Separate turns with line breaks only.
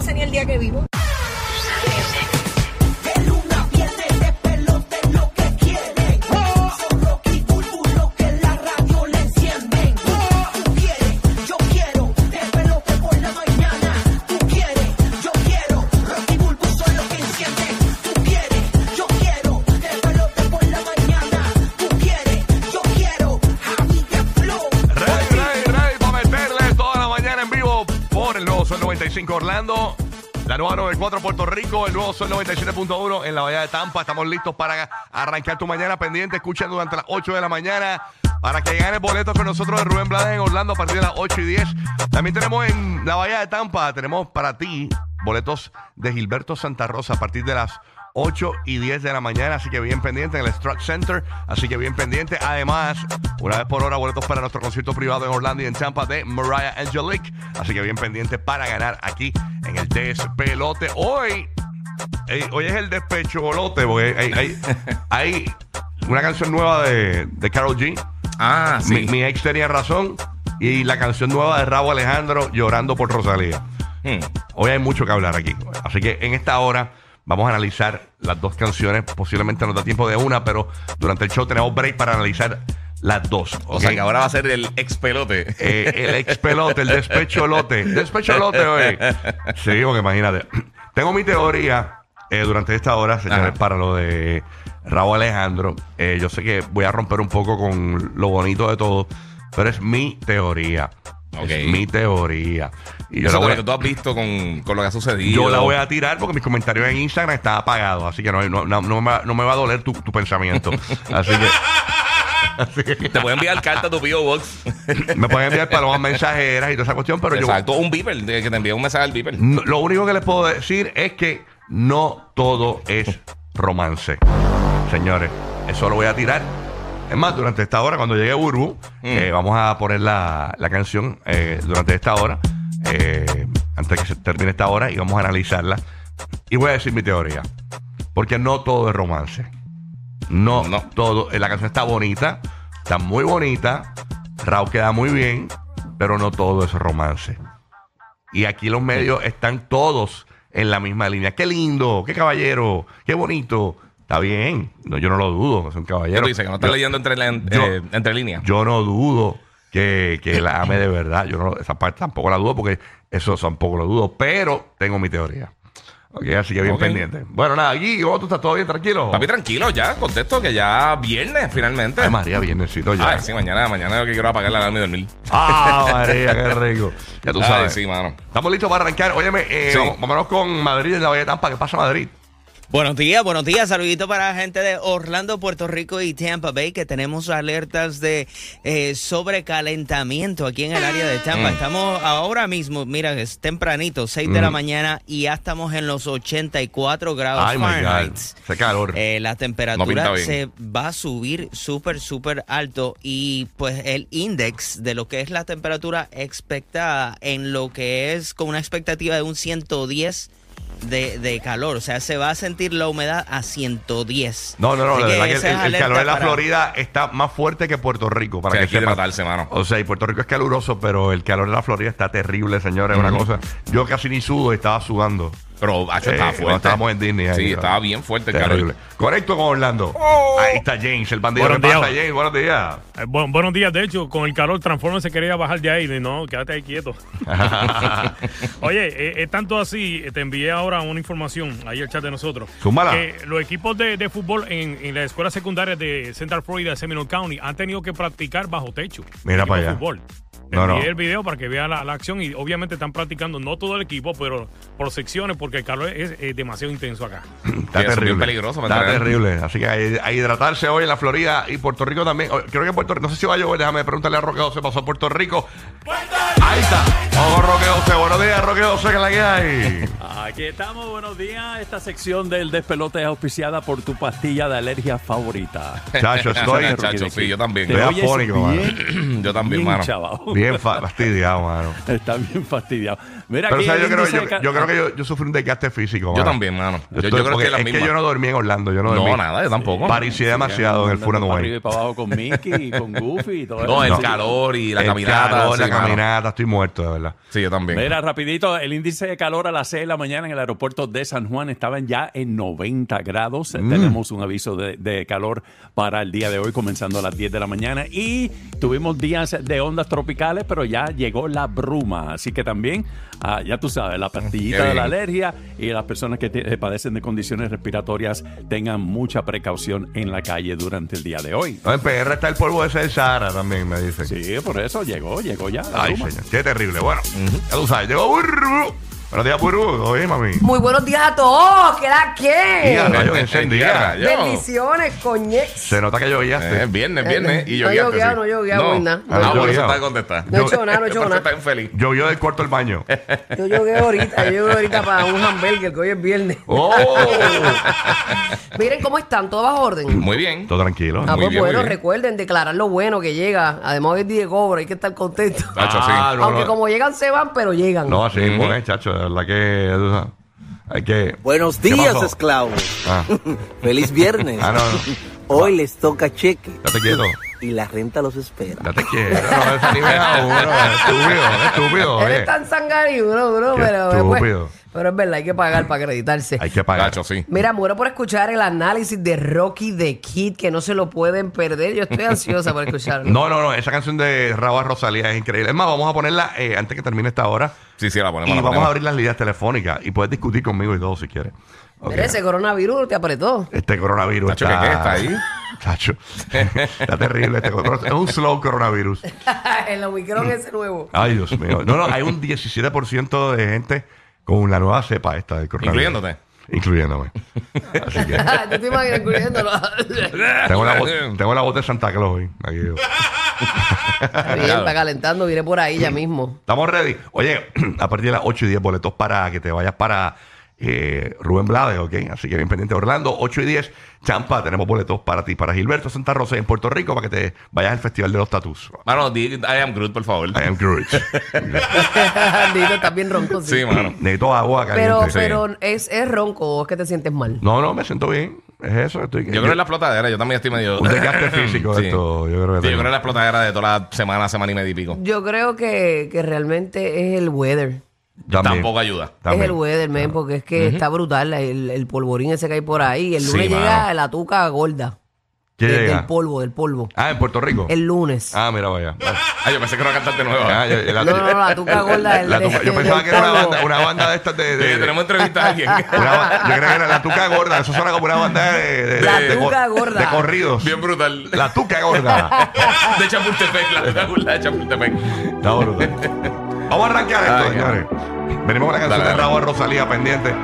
sé ni el día que vivo.
Ready, ready, ready para meterles toda la mañana en vivo por el nuevo Sol 95 Orlando, la nueva 94 Puerto Rico, el nuevo Sol 97.1 en la Bahía de Tampa. Estamos listos para arrancar tu mañana pendiente. Escucha durante las 8 de la mañana para que ganes boletos con nosotros de Rubén Blades en Orlando a partir de las 8 y 10. También tenemos en la Bahía de Tampa, tenemos para ti boletos de Gilberto Santa Rosa a partir de las 8 y 10 de la mañana, así que bien pendiente en el Struck Center, así que bien pendiente. Además, una vez por hora, boletos para nuestro concierto privado en Orlando y en Tampa de Mariah Angelique, así que bien pendiente para ganar aquí en el Despelote. Hoy, eh, hoy es el despecholote, porque hay, hay, hay una canción nueva de, de Carol G.
Ah, sí.
Mi, mi ex tenía razón y la canción nueva de Rabo Alejandro, Llorando por Rosalía.
Hmm.
Hoy hay mucho que hablar aquí. Así que en esta hora vamos a analizar las dos canciones. Posiblemente nos da tiempo de una, pero durante el show tenemos break para analizar las dos.
O
¿ok?
sea que ahora va a ser el ex pelote.
Eh, el ex pelote, el despecholote. Despecholote hoy. Sí, porque imagínate. Tengo mi teoría eh, durante esta hora, señores,
Ajá.
para lo de Raúl Alejandro. Eh, yo sé que voy a romper un poco con lo bonito de todo, pero es mi teoría.
Ok.
Es mi teoría. Y yo
Eso
la
de
voy
lo
a-
que tú has visto con, con lo que ha sucedido.
yo la voy a tirar porque mis comentarios en Instagram están apagados, así que no, no, no- no me, va- no me va a doler tu, tu pensamiento. Así que
Te pueden enviar carta a tu P.O. Box.
me pueden enviar palomas mensajeras y toda esa cuestión, pero
Exacto, un beeper, de que te envía un mensaje al beeper.
yo no- lo único que les puedo decir es que no todo es romance. Señores, eso lo voy a tirar. Es más, durante esta hora, cuando llegue Burbu, eh, vamos a poner la, la canción eh, durante esta hora, eh, antes que se termine esta hora, y vamos a analizarla. Y voy a decir mi teoría. Porque no todo es romance. No,
No.
todo. eh, La canción está bonita, está muy bonita. Raúl queda muy bien, pero no todo es romance. Y aquí los medios están todos en la misma línea. Qué lindo, qué caballero, qué bonito. Está bien, no, yo no lo dudo, es un
¿Qué
caballero.
tú dices? Que no estás
Yo-
leyendo entre, la- en-
yo-
eh, entre líneas.
yo no dudo que, que la ame de verdad. Yo no, esa parte tampoco la dudo porque eso tampoco lo dudo. Pero tengo mi teoría. Ok, así que bien
Ok.
pendiente. Bueno, nada, Gui, ¿cómo tú estás? ¿Todo bien? ¿Tranquilo?
Papi, tranquilo, ya, contesto que ya viernes finalmente.
Ay, María, viernesito ya.
Ay, sí, mañana, mañana yo que quiero apagar la alarma y dormir.
Ah, María, qué rico. Ya tú
Ay,
sabes.
sí, mano.
Estamos listos para arrancar. Óyeme, eh,
Sí.
vamos- vámonos con Madrid en la Valle de Tampa. ¿Qué pasa, Madrid?
Buenos días, buenos días. Saludito para la gente de Orlando, Puerto Rico y Tampa Bay, que tenemos alertas de eh, sobrecalentamiento aquí en el área de Tampa. Estamos ahora mismo, mira, es tempranito, 6 de la
Mm.
mañana, y ya estamos en los 84 grados
Ay, my God.
Fahrenheit.
Ese calor.
Eh, la
pinta
temperatura
bien.
se va a subir súper, súper alto y pues el índice de lo que es la temperatura expectada en lo que es con una expectativa de un 110 de, de calor. O sea, se va a sentir la humedad a 110.
No, no, no,
Así
la
que
verdad que el,
esa es
el
alerta
calor de la
para-
Florida está más fuerte que Puerto Rico, para
Sí, hay
que
que
sepan.
hidratarse, mano.
O sea, y Puerto Rico es caluroso, pero el calor de la Florida está terrible, señores, es una cosa. Yo casi ni sudo, estaba sudando.
Pero, hacho, estaba
Eh,
fuerte.
cuando estábamos en Disney. ahí,
Sí,
¿no?
estaba bien fuerte el
Terrible.
calor. Oh.
Conecto con Orlando. Ahí está James, el bandido.
Buenos
¿Qué pasa,
días.
James? Buenos días.
Eh, bu- buenos días, de hecho, con el calor Transforma se quería bajar de ahí. de, No, quédate ahí quieto. Oye, eh, es tanto así, eh, te envié ahora una información ahí al chat de nosotros.
Súmala.
Que los equipos de, de fútbol en, en las escuelas secundarias de Central Florida, Seminole County, han tenido que practicar bajo techo.
Mira
Equipo
para
de
allá.
Fútbol. Te
No, no.
envié el video para que vean la, la acción y obviamente están practicando no todo el equipo, pero por secciones porque el calor es eh, demasiado intenso acá.
Está
Sí, eso es
terrible.
bien peligroso,
Está
¿verdad?
terrible. Así que a- a hidratarse hoy en la Florida y Puerto Rico también. O- Creo que Puerto Rico, no sé si va a llover, déjame preguntarle a Roque José, pasó a Puerto Rico. Ahí está. Vamos, Roque José. Buenos días, Roque José, que la que hay.
Aquí estamos, buenos días. Esta sección del despelote es auspiciada por tu pastilla de alergia favorita.
Chacho, estoy
Chacho, sí, yo también.
Te
Estoy
oyes
afónico, mano.
bien,
Yo también,
bien
mano.
chavao.
bien fa- fastidiado, mano.
Está bien fastidiado. Mira,
Pero
aquí
¿sabes? yo,
el
creo,
índice
yo,
de ca-
yo creo que yo, yo sufrí un desgaste físico.
Yo
mano.
también, mano. Yo, yo
estoy-
creo
porque
que es la
es
misma.
que yo no dormí en Orlando. Yo no, dormí.
No, nada, yo tampoco.
Paricé demasiado en el
andando
Furano
para
Way.
arriba y para abajo con Mickey y con Goofy y todo
No,
eso.
el
No.
calor y la
El
caminata.
calor, la la
mano.
caminata, estoy muerto, de verdad.
Sí, yo también.
Mira, rapidito, el índice de calor a las 6 de la mañana en el aeropuerto de San Juan estaban ya en 90 grados. Tenemos un aviso de, de calor para el día de hoy, comenzando a las 10 de la mañana. Y tuvimos días de ondas tropicales, pero ya llegó la bruma. Así que también, ah, ya tú sabes, la
Qué
pastillita de
bien.
la alergia y las personas que te- padecen de condiciones respiratorias tengan mucha precaución en la calle durante el día de hoy.
No, en PR está el polvo ese del Sahara también, me dicen.
Sí, por eso llegó, llegó ya. La
Ay,
bruma.
señor, qué terrible. Bueno, ya tú sabes, llegó Burbu. Buenos días, Burbu. Oye, mami.
Muy buenos días a todos, ¿qué da
Mira,
qué?
rayos,
Eh,
encendida.
ya, rayos.
Bendiciones, coñex.
Se nota que lloviaste.
Eh, viernes, viernes.
Eh,
y yo
no he lloviado, no he lloviado,
No,
hoy nada.
No he
Ah, por eso
lloviado.
está contestar.
No he hecho nada, no he hecho nada.
está infeliz.
Llovió del cuarto al baño.
Yo llegué ahorita, yo llegué ahorita para un hamburger que hoy es viernes.
¡Oh!
Miren cómo están, todo bajo orden.
Muy bien.
Todo tranquilo.
Ah,
muy
pues
bien, muy
bueno,
bien.
recuerden declarar lo bueno que llega. Además hoy es día de cobro, hay que estar contento.
Tacho, sí.
Ah, no,
Aunque
no.
como llegan se van, pero llegan.
No, así mismo,
Ujú.
eh, chacho. De verdad que. tú sabes, Hay que.
Buenos
¿Qué
días,
pasó?
esclavos.
Ah,
Feliz viernes.
ah, no, no.
Hoy les toca cheque
Date quieto.
y la renta los espera.
Date quieto. No, ese nivel a uno. Estúpido, estúpido.
Él
oye.
es tan sangario, bro, bro,
Qué
pero después-
estúpido.
pero es verdad, hay que pagar para acreditarse.
Hay que pagar.
Tacho, sí.
Mira, muero por escuchar el análisis de Rocky de Kid, que no se lo pueden perder. Yo estoy ansiosa por escucharlo.
No, no, no. Esa canción de Raúl Rosalía es increíble. Es más, vamos a ponerla eh, antes que termine esta hora.
Sí, sí, la
Y
ponemos. la
vamos
ponemos.
a abrir las líneas telefónicas y puedes discutir conmigo y todo si quieres. Ok.
Mira, ese coronavirus te apretó.
Este coronavirus
Tacho,
está...
¿qué, qué? ¿Está ahí?
Tacho, está terrible este coronavirus. Es un slow coronavirus.
el Omicron ese nuevo.
Ay, Dios mío. No, no, hay un 17% de gente con la nueva cepa esta del coronavirus.
Incluyéndote.
Incluyéndome. Así que
¿Tú te imaginas incluyéndolo?
tengo la, voz, tengo la voz de Santa Claus hoy. Aquí yo.
Está bien, está calentando, viene por ahí ya mismo.
Estamos ready. Oye, a partir de las 8 y 10 boletos para que te vayas para eh, Rubén Blades, ¿ok? Así que bien pendiente. Orlando, 8 y 10, Champa, tenemos boletos para ti, para Gilberto Santa Rosa en Puerto Rico, para que te vayas al Festival de los Tatus.
Mano, di I am Groot, por favor.
I am Groot.
Dito, estás bien ronco.
Sí, mano.
Necesito agua caliente.
Pero,
Sí.
pero ¿es, es ronco o es que te sientes mal.
No, no, me siento bien. Es eso. Estoy,
Yo creo que es la explotadera. Yo también estoy medio.
Un desgaste físico de
Sí.
esto, yo creo que
Sí, yo creo
tengo.
que es la explotadera de toda la semana, semana y media y pico.
Yo creo que, que realmente es el weather.
También.
Tampoco ayuda.
También.
Es el weather, man, porque es que está brutal el, el polvorín ese que hay por ahí. El
Sí,
lunes
mano.
llega la tuca gorda.
¿Qué
de-
llega?
Del polvo, del polvo.
Ah, en Puerto Rico.
El lunes.
Ah, mira, vaya.
Ah, yo pensé que era cantante nueva.
Ah, yo- la-
No, no, no, la tuca gorda del-
la tuca- yo
del
pensaba que era una
polvo.
banda, una banda de estas de, de-
Eh, tenemos entrevista a alguien.
Una ba- yo creo que era la tuca gorda. Eso suena como una banda de, de-
La
de- de
tuca
cor-
gorda.
de corridos.
Bien brutal.
La tuca gorda.
De Chapultepec, la verdad, burla de Chapultepec.
Está brutal. Vamos a arrancar esto,
Ay,
señores. Venimos con la canción
Dale,
de
dale.
Raúl Rosalía pendiente.